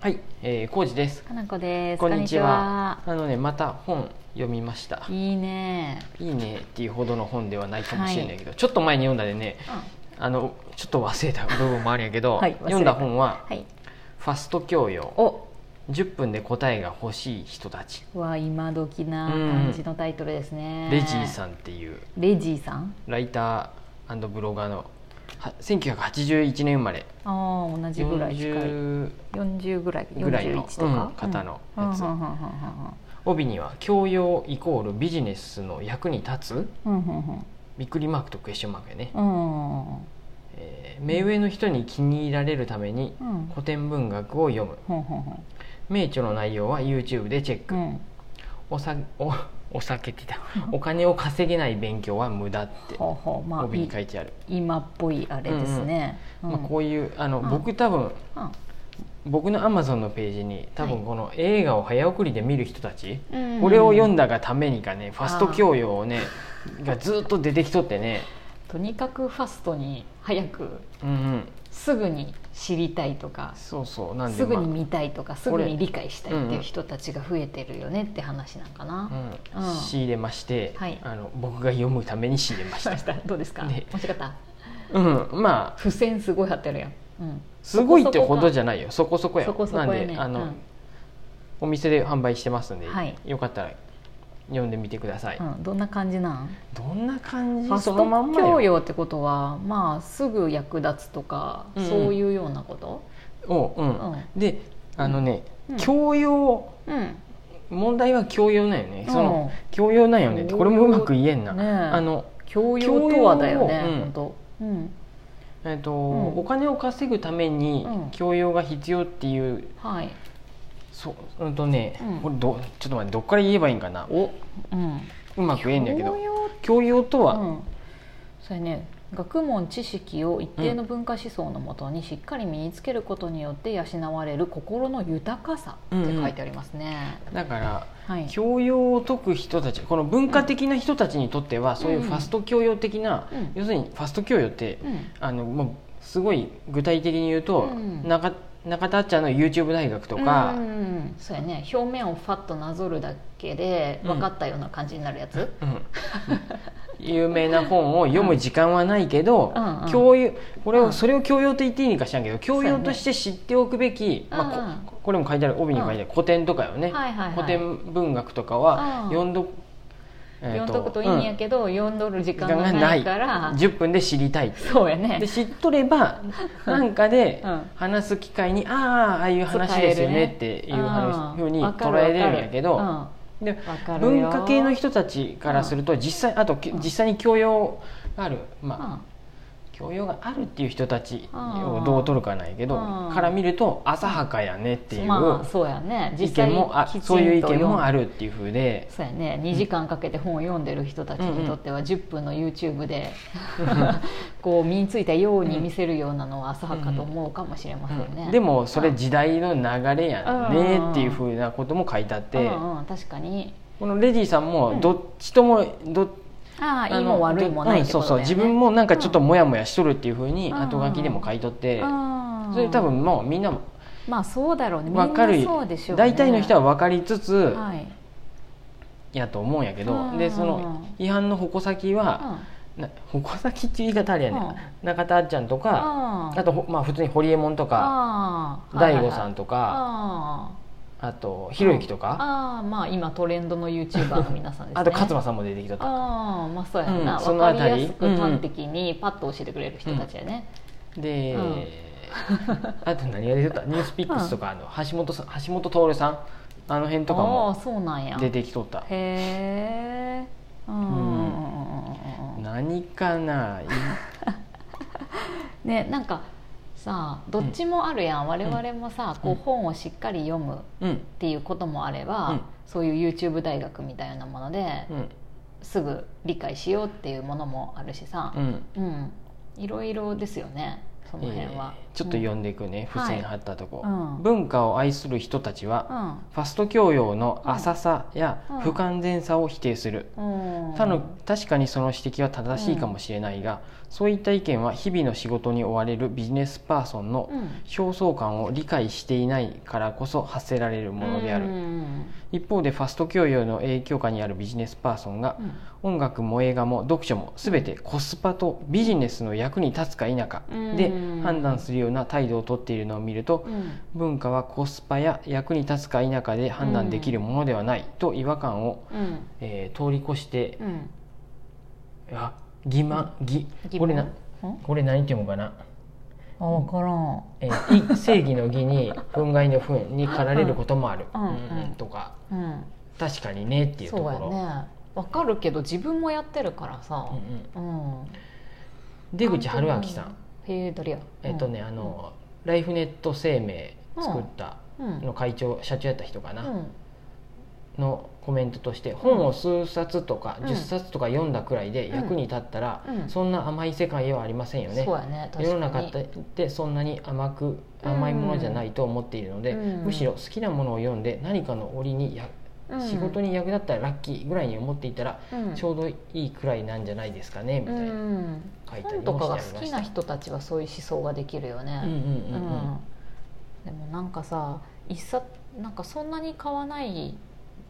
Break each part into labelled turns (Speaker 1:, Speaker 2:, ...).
Speaker 1: はい、えー、浩二です。
Speaker 2: かなこです。
Speaker 1: こんにちは。あのね、また本読みました
Speaker 2: こんにちは。。いいね。
Speaker 1: いいねっていうほどの本ではないかもしれないけど、ちょっと前に読んだでね、あのちょっと忘れた部分もあるんやけど、
Speaker 2: はい忘れた
Speaker 1: 読んだ本は
Speaker 2: はい。
Speaker 1: ファスト教養
Speaker 2: お、
Speaker 1: 10分で答えが欲しい人たち、
Speaker 2: は今時な感じのタイトルですね。
Speaker 1: レジー
Speaker 2: ん。
Speaker 1: さんっていう
Speaker 2: レジーさん。
Speaker 1: ライターブロガーのは1981年生まれ
Speaker 2: ああ、同じぐらい近い。
Speaker 1: 40
Speaker 2: 四十ぐらい。
Speaker 1: ぐらいの
Speaker 2: 41とか
Speaker 1: うん。方の
Speaker 2: うん。
Speaker 1: やつ
Speaker 2: うんうんうんう
Speaker 1: 帯には「教養イコールビジネスの役に立つ?
Speaker 2: んうんうん」
Speaker 1: びっくりマークとクエスチョンマークやね、
Speaker 2: うん。うん。
Speaker 1: えー目上の人に気に入られるために
Speaker 2: うん。
Speaker 1: 古典文学を読む
Speaker 2: ほんほんほん
Speaker 1: 名著の内容は YouTube でチェック、
Speaker 2: うん。
Speaker 1: おさおお酒って 言ったお金を稼げない勉強は無駄って
Speaker 2: ほうほう、まあ、
Speaker 1: 帯に
Speaker 2: い
Speaker 1: 書いてある、
Speaker 2: 今っぽいあれですね。うん
Speaker 1: まあ、こういうあの、
Speaker 2: うん
Speaker 1: 僕多分
Speaker 2: うん
Speaker 1: 僕の Amazon のページに多
Speaker 2: は
Speaker 1: 分
Speaker 2: い
Speaker 1: この映画を早送りで見る人たち、
Speaker 2: うん
Speaker 1: これを読んだがためにかねファスト教養をねがずっと出てきとってね、
Speaker 2: とにかくファストに早く
Speaker 1: うんうん、
Speaker 2: すぐに知りたいとか
Speaker 1: そうそうなんです
Speaker 2: ぐに
Speaker 1: ま
Speaker 2: 見たいとかす
Speaker 1: こ
Speaker 2: ぐ
Speaker 1: れ
Speaker 2: に理解したいって
Speaker 1: うん
Speaker 2: いううん人たちが増えてるよねって話なんかな。
Speaker 1: あうん
Speaker 2: うん
Speaker 1: 仕入れまして、
Speaker 2: はい
Speaker 1: あの僕が読むために仕入れまし
Speaker 2: しま
Speaker 1: た
Speaker 2: し。たどうですか
Speaker 1: ね
Speaker 2: 面白かった
Speaker 1: うん、まあ
Speaker 2: 付箋すごい貼ってあるやん、うん、
Speaker 1: すごいってほどじゃないよそこそこや
Speaker 2: そこそこや
Speaker 1: なん
Speaker 2: ね
Speaker 1: であの、
Speaker 2: うん
Speaker 1: お店で販売してますんで、
Speaker 2: はい
Speaker 1: よかったら読んでみてください、
Speaker 2: うんどんな感じなん
Speaker 1: どんな感
Speaker 2: ファ
Speaker 1: じ
Speaker 2: スト
Speaker 1: そのまんまよ
Speaker 2: 教養ってことはまあすぐ役立つとか、
Speaker 1: うんうん
Speaker 2: そういうようなこと
Speaker 1: おう、うん
Speaker 2: う
Speaker 1: であのね、
Speaker 2: うん
Speaker 1: 教養
Speaker 2: うん
Speaker 1: 問題は教養なんよね、その
Speaker 2: う
Speaker 1: 教養なんよねってこれもうまく言えんな、
Speaker 2: ねえ
Speaker 1: あの
Speaker 2: 教養とはだよね
Speaker 1: 教養をうん
Speaker 2: 本当うん
Speaker 1: えっと
Speaker 2: ん
Speaker 1: お金を稼ぐために
Speaker 2: うん
Speaker 1: 教養が必要っていう
Speaker 2: はい
Speaker 1: そううんとね、
Speaker 2: うん
Speaker 1: これどちょっと待ってどっから言えばいいんかな
Speaker 2: おうん
Speaker 1: うまく言えんだけ
Speaker 2: 教
Speaker 1: ど
Speaker 2: 養
Speaker 1: 教養とは、
Speaker 2: うん、それね学問知識を一定の文化思想のもとにしっかり身につけることによって養われる心の豊かさって書いてありますね。
Speaker 1: だから
Speaker 2: はい、
Speaker 1: 教養を解く人たちこの文化的な人たちにとっては、そういうファスト教養的な、
Speaker 2: うん
Speaker 1: 要するにファスト教養って、
Speaker 2: うん
Speaker 1: あのもうすごい具体的に言うと、
Speaker 2: うん
Speaker 1: 中中田あっちゃんの YouTube 大学とか、
Speaker 2: うんうんうんそうやね表面をファッとなぞるだけで
Speaker 1: うん
Speaker 2: 分かったような感じになるやつ、
Speaker 1: うん有名な本を読む時間はないけど、
Speaker 2: うんうん
Speaker 1: 教養これを、
Speaker 2: うん
Speaker 1: それを教養と言っていいのか知らんけど教養
Speaker 2: そうやね
Speaker 1: として知っておくべき、
Speaker 2: うんう
Speaker 1: まあ、
Speaker 2: ん
Speaker 1: ここれも書いてある帯に書いてある、古典とかよね、
Speaker 2: はいはいはい
Speaker 1: 古典文学とかは、
Speaker 2: うん
Speaker 1: 読んどえー
Speaker 2: 読んどくといいんやけど、読んどる時間がないから
Speaker 1: 10分で知りたいって
Speaker 2: そうやね
Speaker 1: で知っとれ ばなんかで
Speaker 2: うん
Speaker 1: 話す機会に、ああああいう話ですよねっていう話、
Speaker 2: ん
Speaker 1: ふうに
Speaker 2: わか
Speaker 1: 捉
Speaker 2: わか
Speaker 1: えれるんやけ
Speaker 2: うん
Speaker 1: ど、で
Speaker 2: わかるよ
Speaker 1: 文化系の人たちからすると実際あと、き
Speaker 2: うん
Speaker 1: 実際に教養がある
Speaker 2: う
Speaker 1: まあ、
Speaker 2: ん
Speaker 1: 教養があるっていう人たち
Speaker 2: う
Speaker 1: を
Speaker 2: ん
Speaker 1: どう取るかないけど、
Speaker 2: うん
Speaker 1: から見ると浅はかやねっていう。
Speaker 2: まあそうやね
Speaker 1: 意見もあ
Speaker 2: きちんと
Speaker 1: そういう意見
Speaker 2: 読ん
Speaker 1: もあるっていうふうで
Speaker 2: そうやね2時間かけて本を読んでる人たちにとっては10分の YouTube でこう身についたように見せるようなのは浅はかと思うかもしれませんね、
Speaker 1: うんでもそれ時代の流れやねっていうふうなことも書いてあって、
Speaker 2: うんうん、確かに
Speaker 1: このレディさん
Speaker 2: う
Speaker 1: も
Speaker 2: ん
Speaker 1: どっちともどっ
Speaker 2: あ
Speaker 1: あの
Speaker 2: あいいも悪いもないってことだ
Speaker 1: うんそうそ
Speaker 2: よね
Speaker 1: う自分もなんかちょっとモヤモヤしとるっていうふうに
Speaker 2: うん
Speaker 1: 後書きでも書いとって、
Speaker 2: うん
Speaker 1: それ多分もうみんなも
Speaker 2: まあそうだろうねみん
Speaker 1: 分かる、
Speaker 2: なそうでしょうね
Speaker 1: 大体の人は分かりつつ
Speaker 2: はい、
Speaker 1: やと思うんやけど、
Speaker 2: うん
Speaker 1: でその違反の矛先は、な矛先っていう言い方あれやね、中田あっちゃんとか、あ
Speaker 2: あ
Speaker 1: とほまあ普通に堀エモ門とか大悟さん
Speaker 2: と
Speaker 1: とか、あとひろゆきとか、
Speaker 2: ああまあ今トレンドの YouTuber の皆さんですね
Speaker 1: あと勝間さんも出てきとった
Speaker 2: ああまあそうやな、
Speaker 1: うんそ
Speaker 2: 分
Speaker 1: の
Speaker 2: か
Speaker 1: あ
Speaker 2: り
Speaker 1: たり
Speaker 2: やすく端的にパッと教えてくれる人たちやね、
Speaker 1: で、
Speaker 2: うん
Speaker 1: あと何が出てたニュースピックスとかあの橋本さん橋本徹さんあの辺とか
Speaker 2: ああ
Speaker 1: も
Speaker 2: そうなんや
Speaker 1: 出
Speaker 2: へ
Speaker 1: てきとった
Speaker 2: えうんうんうんうんうん
Speaker 1: 何かな
Speaker 2: ねなんかさどっちもあるやん、我々もさ、こう
Speaker 1: うん
Speaker 2: 本をしっかり読むっ
Speaker 1: うん
Speaker 2: ていうこともあれば、
Speaker 1: うん
Speaker 2: そういう YouTube 大学みたいなもので、
Speaker 1: うん
Speaker 2: すぐ理解しようっていうものもあるしさ
Speaker 1: うん
Speaker 2: うん、いろいろですよねその辺は、
Speaker 1: えーちょっと読んでいくね、付箋貼ったとこ、
Speaker 2: うん
Speaker 1: 文化を愛する人たちは、ファスト教養の浅さや
Speaker 2: うん
Speaker 1: 不完全さを否定する、
Speaker 2: うん、
Speaker 1: 他の確かにその指摘は正しいかもしれないが、そういった意見は日々の仕事に追われるビジネスパーソンの焦燥感を理解していないからこそ発せられるものである、
Speaker 2: うん
Speaker 1: 一方でファスト教養の影響下にあるビジネスパーソンが
Speaker 2: うん
Speaker 1: 音楽も映画も読書も全てコスパとビジネスの役に立つか否かで
Speaker 2: うん
Speaker 1: 判断するような態度をとっているのを見ると
Speaker 2: うん
Speaker 1: 文化はコスパや役に立つか否かで判断できるものではないと違和感を、
Speaker 2: うん
Speaker 1: えー通り越して
Speaker 2: うん
Speaker 1: あ欺瞞ぎこ
Speaker 2: 疑問
Speaker 1: れな
Speaker 2: うん
Speaker 1: これ何て読むかな、
Speaker 2: あ分からん
Speaker 1: えーい正義の義に憤慨の憤に駆られることもある、
Speaker 2: うんうん
Speaker 1: うんとか
Speaker 2: うん
Speaker 1: 確かにねっていうと
Speaker 2: そ
Speaker 1: こ
Speaker 2: う
Speaker 1: ろ
Speaker 2: や。ね分かるけど自分もやってるからさ
Speaker 1: うんうん
Speaker 2: うん
Speaker 1: 出口春明さん、
Speaker 2: へえ誰や
Speaker 1: えっとねあの、ライフネット生命作った
Speaker 2: うんうん
Speaker 1: の会長社長やった人かな、
Speaker 2: うん
Speaker 1: のコメントとして本を数冊とか
Speaker 2: うん
Speaker 1: 10冊とか読んだくらいで役に立ったら、
Speaker 2: うん
Speaker 1: そんな甘い世界はありませんよね。
Speaker 2: そうやね確かに
Speaker 1: 世の中ってそんなに甘く
Speaker 2: うん
Speaker 1: 甘いものじゃないと思っているので、
Speaker 2: うん
Speaker 1: むしろ好きなものを読んで何かの折にや、
Speaker 2: うん
Speaker 1: 仕事に役立ったらラッキーぐらいに思っていたら、
Speaker 2: うん
Speaker 1: ちょうどいいくらいなんじゃないですかねみたいな、
Speaker 2: うん
Speaker 1: 書いたり
Speaker 2: 本
Speaker 1: も
Speaker 2: とか
Speaker 1: してありま
Speaker 2: が好
Speaker 1: し
Speaker 2: き
Speaker 1: た
Speaker 2: な。人たちはそういう思想ができるよね、
Speaker 1: うんうんうんうん
Speaker 2: でもなんかさ一冊なんかそんなに買わない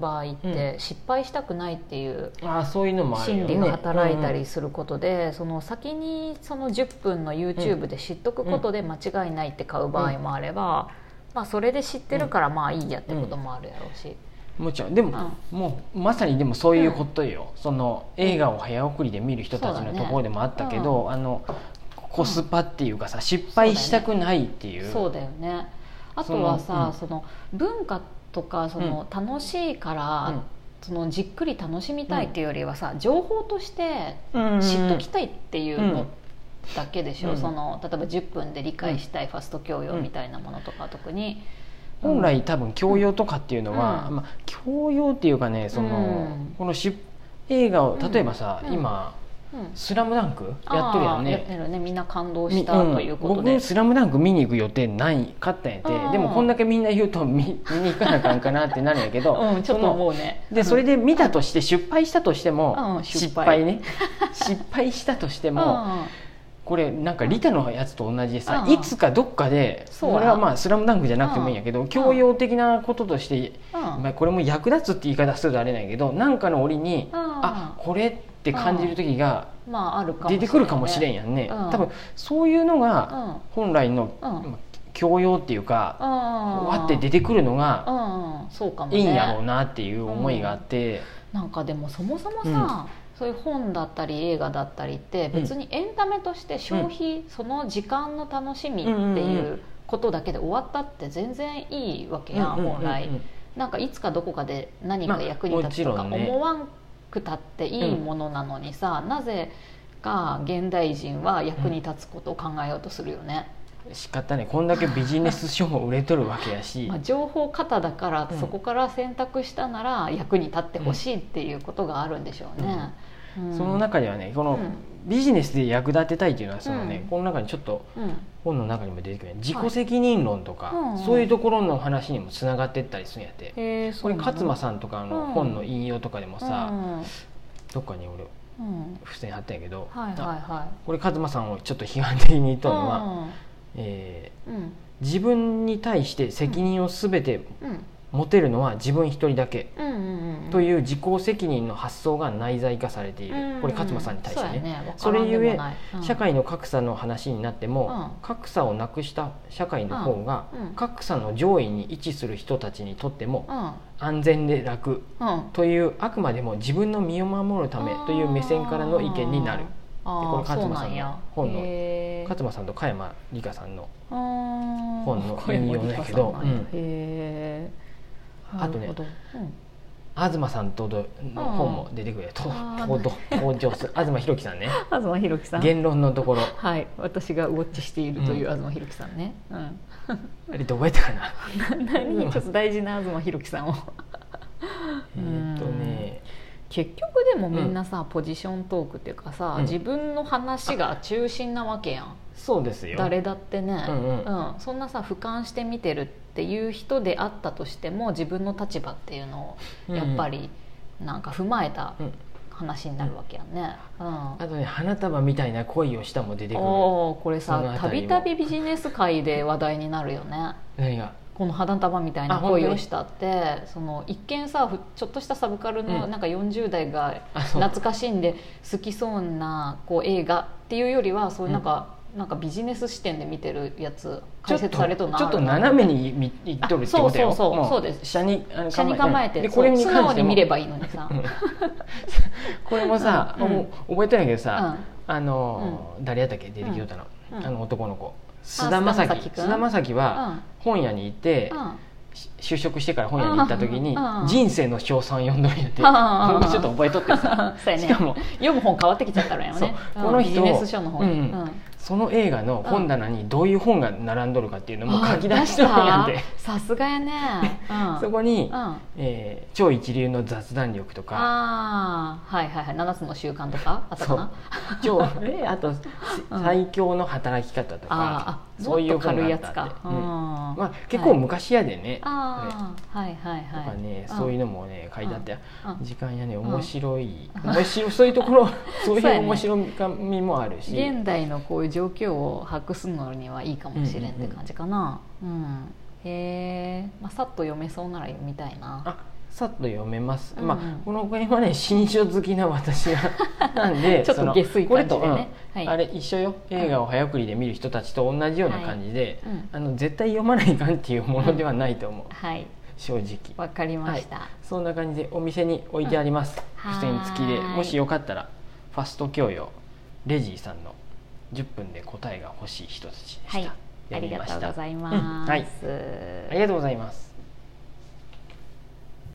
Speaker 2: 場合って、失敗したくないっていう
Speaker 1: ああそういうのもある
Speaker 2: 心
Speaker 1: よね
Speaker 2: 理が働いたりすることで、その先にその10分の YouTube で知っとくことで間違いないって買う場合もあれば、まあ、それで知ってるからまあいいやってこともあるやろうし、
Speaker 1: もちろんでも、もうまさにでもそういうことよ、その映画を早送りで見る人たち
Speaker 2: そうだ
Speaker 1: の
Speaker 2: ね
Speaker 1: ところでもあったけど、あのコスパっていうかさ失敗したくないっていう
Speaker 2: そうだよねあとはさ
Speaker 1: そ
Speaker 2: その,、文化とかその楽しいから、
Speaker 1: うん
Speaker 2: そのじっくり楽しみたいっていうよりはさ、情報として
Speaker 1: うん
Speaker 2: 知っときたいっていう
Speaker 1: う
Speaker 2: の
Speaker 1: ん
Speaker 2: だけでしょ、
Speaker 1: うん
Speaker 2: その例えば10分で理解したいファスト教養みたいなものとか特に、
Speaker 1: 本来多分教養とかっていうのは、
Speaker 2: うん
Speaker 1: まあ、教養っていうかねその、
Speaker 2: うん
Speaker 1: このし映画を例えばさ、
Speaker 2: うん
Speaker 1: 今
Speaker 2: う
Speaker 1: 「
Speaker 2: ん
Speaker 1: スラムダンクやっとるやん
Speaker 2: あーやって
Speaker 1: ね。
Speaker 2: るねみんな感動
Speaker 1: み
Speaker 2: したということ
Speaker 1: ん、
Speaker 2: で
Speaker 1: 僕「スラムダンク見に行く予定ないかったんやて
Speaker 2: うん
Speaker 1: でもこんだけみんな言うと見見に行かなあかんかなってなるんやけど、
Speaker 2: うんちょっと 思うね
Speaker 1: でそれで見たとして失敗したとしても、
Speaker 2: うん
Speaker 1: 失
Speaker 2: 失
Speaker 1: 敗
Speaker 2: 敗
Speaker 1: ね 失敗したとして
Speaker 2: で
Speaker 1: も、これなんかリタのやつと同じでさ、
Speaker 2: うん
Speaker 1: いつかどっかで
Speaker 2: そうや
Speaker 1: 俺はまあ「スラムダンクじゃなくてもいいんやけど、教養的なこととして、まあ、これも役立つって言い方するとあれなんやけどなんかの折に、あこれって感じる時が
Speaker 2: まああるかもしれ
Speaker 1: 出
Speaker 2: んね
Speaker 1: てくるかもしれんやんね、
Speaker 2: うん
Speaker 1: 多分そういうの
Speaker 2: う
Speaker 1: が
Speaker 2: ん
Speaker 1: 本来の、
Speaker 2: うん
Speaker 1: まあ教養っていうか、
Speaker 2: うん
Speaker 1: わって出てくるのが
Speaker 2: うんうんそうかも
Speaker 1: い
Speaker 2: ね
Speaker 1: いんやろうなっていう思いがあって。
Speaker 2: なんかでもそもそもさ、そういう本だったり映画だったりって別にエンタメとして消費、その時間の楽しみって
Speaker 1: ん
Speaker 2: い
Speaker 1: うんう
Speaker 2: ううことだけで終わったって全然いいわけやん、
Speaker 1: うんうんうんうん
Speaker 2: 本来なんかいつかどこかで何か役に立つと
Speaker 1: まあ
Speaker 2: か
Speaker 1: もちろんね
Speaker 2: 思わんくたっていいものなのにさ、なぜか現代人は役に立つことを考えようとするよね、
Speaker 1: 仕方ねこんだけビジネス書も売れとるわけやし
Speaker 2: まあ、情報過多だから、
Speaker 1: うん
Speaker 2: そこから選択したなら役に立ってほしいっていうことがあるんでしょうね、うん
Speaker 1: その中にはねこの
Speaker 2: う
Speaker 1: ビジネスで役立てたいっていうのはそのね、
Speaker 2: うん
Speaker 1: この中にちょっと
Speaker 2: うん
Speaker 1: 本の中にも出てくるね自己責任論とか、
Speaker 2: はいうん
Speaker 1: そういうところの話にもつながってったりするんやって、
Speaker 2: へえ
Speaker 1: これ勝間
Speaker 2: 間
Speaker 1: さんとかの
Speaker 2: うん
Speaker 1: 本の引用とかでもさ、
Speaker 2: うん
Speaker 1: どっかに俺
Speaker 2: うん
Speaker 1: 付箋貼ったんやけど、
Speaker 2: はいはい
Speaker 1: あ
Speaker 2: は
Speaker 1: これ勝間さんをちょっと批判的に言っ
Speaker 2: い
Speaker 1: たのは、え
Speaker 2: うん
Speaker 1: ー自分に対して責任を全て
Speaker 2: うん
Speaker 1: 持てるのは自分一人だけ。
Speaker 2: うんうんうん
Speaker 1: という自己責任の発想が内在化されている、
Speaker 2: うん
Speaker 1: これ勝間さんに対してね
Speaker 2: そうやね
Speaker 1: それゆえ
Speaker 2: わからんでもないうん
Speaker 1: 社会の格差の話になっても、
Speaker 2: うん
Speaker 1: 格差をなくした社会の方が、
Speaker 2: うんうん
Speaker 1: 格差の上位に位置する人たちにとっても
Speaker 2: うん
Speaker 1: 安全で楽
Speaker 2: うん
Speaker 1: というあくまでも自分の身を守るためという目線からの意見になる
Speaker 2: あー
Speaker 1: でこれ勝
Speaker 2: そう
Speaker 1: 間さ
Speaker 2: なん
Speaker 1: の
Speaker 2: んや
Speaker 1: 本の
Speaker 2: へー
Speaker 1: 勝間さんと加山理香さんの、
Speaker 2: 本
Speaker 1: 本の引用だけどうん
Speaker 2: へー
Speaker 1: あとね
Speaker 2: なるほどうん
Speaker 1: 東さんとどの本も出てくるよ、と
Speaker 2: あー
Speaker 1: とど登場する東博樹さん ね
Speaker 2: 東博樹さん
Speaker 1: 言論のところ
Speaker 2: はい私がウォッチしているという
Speaker 1: う
Speaker 2: 東博樹さんねうん
Speaker 1: あれどうやったかな
Speaker 2: 何ちょっと大事な東博樹さんを
Speaker 1: えーっとね
Speaker 2: 結局でもみんなさ、ポジショントークっていうかさ、
Speaker 1: うん
Speaker 2: 自分の話が中心なわけやん
Speaker 1: そうですよ
Speaker 2: 誰だってね、
Speaker 1: うんうん
Speaker 2: そんなさ俯瞰して見てるっていう人であったとしても自分の立場っていうのをやっぱりなんか踏まえた
Speaker 1: うん
Speaker 2: 話になるわけやんね。うん
Speaker 1: あとね花束みたいな恋をしたも出てくる
Speaker 2: おーこれ
Speaker 1: その
Speaker 2: さた
Speaker 1: 辺り
Speaker 2: び
Speaker 1: も
Speaker 2: たびビジネス界で話題になるよね
Speaker 1: 何が
Speaker 2: この花束みたいな
Speaker 1: あ本当に
Speaker 2: 恋をしたってその一見さふちょっとしたサブカルの
Speaker 1: うん
Speaker 2: なんか40代が
Speaker 1: あそう
Speaker 2: 懐かしんで好きそうなこう映画っていうよりはそういうなんか、なんかビジネス視点で見てるやつ解説されとるの
Speaker 1: ちょっと
Speaker 2: あるな
Speaker 1: 斜めに見いっとるってことよ
Speaker 2: あそうそうそう
Speaker 1: も
Speaker 2: そうです
Speaker 1: 下にあの
Speaker 2: 下に構えて、
Speaker 1: うんで
Speaker 2: こ
Speaker 1: こ
Speaker 2: れ
Speaker 1: れに
Speaker 2: 素直
Speaker 1: 関して
Speaker 2: に
Speaker 1: も
Speaker 2: 見ればいいのにさ、
Speaker 1: うんこれもさ、
Speaker 2: うん
Speaker 1: もう覚えてないけど
Speaker 2: う
Speaker 1: さ、
Speaker 2: ん
Speaker 1: あのー誰やったっけ出てきよったの、
Speaker 2: うん
Speaker 1: あの男の子菅田将暉
Speaker 2: 菅田将暉君
Speaker 1: 菅田将暉は本屋にいて、
Speaker 2: うん
Speaker 1: し就職してから本屋に行った時に
Speaker 2: うんうん
Speaker 1: 人生の賞賛読んどんやって
Speaker 2: うんうんうん
Speaker 1: 僕ちょっと覚えとってさ
Speaker 2: そうやね
Speaker 1: しかも
Speaker 2: 読む本変わってきちゃったのよね
Speaker 1: そうこの人
Speaker 2: ビジネス書の本、
Speaker 1: うんその映画の本棚にどういう本が並んどるかっていうのも書き出してるんやって
Speaker 2: あさすがやね、うん、
Speaker 1: そこに
Speaker 2: うん、、あ
Speaker 1: えー超一流の雑談力とか
Speaker 2: あーはいはいはい7つの習慣とかあったかな
Speaker 1: 超えあとせ
Speaker 2: うん
Speaker 1: 最強の働き方とか
Speaker 2: あーあ
Speaker 1: そういう
Speaker 2: もっと
Speaker 1: 本
Speaker 2: 軽い
Speaker 1: があ
Speaker 2: や
Speaker 1: っ
Speaker 2: つ
Speaker 1: たって
Speaker 2: か、
Speaker 1: う
Speaker 2: うんん
Speaker 1: まあ結構昔やでねこ
Speaker 2: ああはいは
Speaker 1: れ
Speaker 2: い
Speaker 1: と
Speaker 2: は
Speaker 1: か
Speaker 2: い
Speaker 1: ねそういうのもね書いてあって
Speaker 2: うん
Speaker 1: 時間やね面白い面白いそういうとこ ろそういう
Speaker 2: そうやね
Speaker 1: 面白みもあるし
Speaker 2: 現代のこういう状況を把握するのにはいいかもしれんって感じかなうんへえ、まあ、さっと読めそうなら読みたいな
Speaker 1: あさっと読めます、
Speaker 2: うん
Speaker 1: まあこの辺はね新書好きな私がなんで
Speaker 2: ちょっ
Speaker 1: そ
Speaker 2: と
Speaker 1: の
Speaker 2: 下水
Speaker 1: これと、
Speaker 2: 感じで
Speaker 1: うん
Speaker 2: ね、はい、
Speaker 1: あれ一緒よ映画を早送りで見る人たちと同じような感じで、
Speaker 2: うん
Speaker 1: あの絶対読まないかんっていうものではないと思う、
Speaker 2: はい
Speaker 1: 正直
Speaker 2: わかりました、
Speaker 1: そんな感じでお店に置いてあります、
Speaker 2: うん
Speaker 1: 付箋付きで
Speaker 2: はーい
Speaker 1: もしよかったらファスト教養レジーさんの10分で答えが欲しい人たちでした、
Speaker 2: はい、あ
Speaker 1: や
Speaker 2: りが
Speaker 1: まし
Speaker 2: とう
Speaker 1: た
Speaker 2: ございます、
Speaker 1: うんはいありがとうございます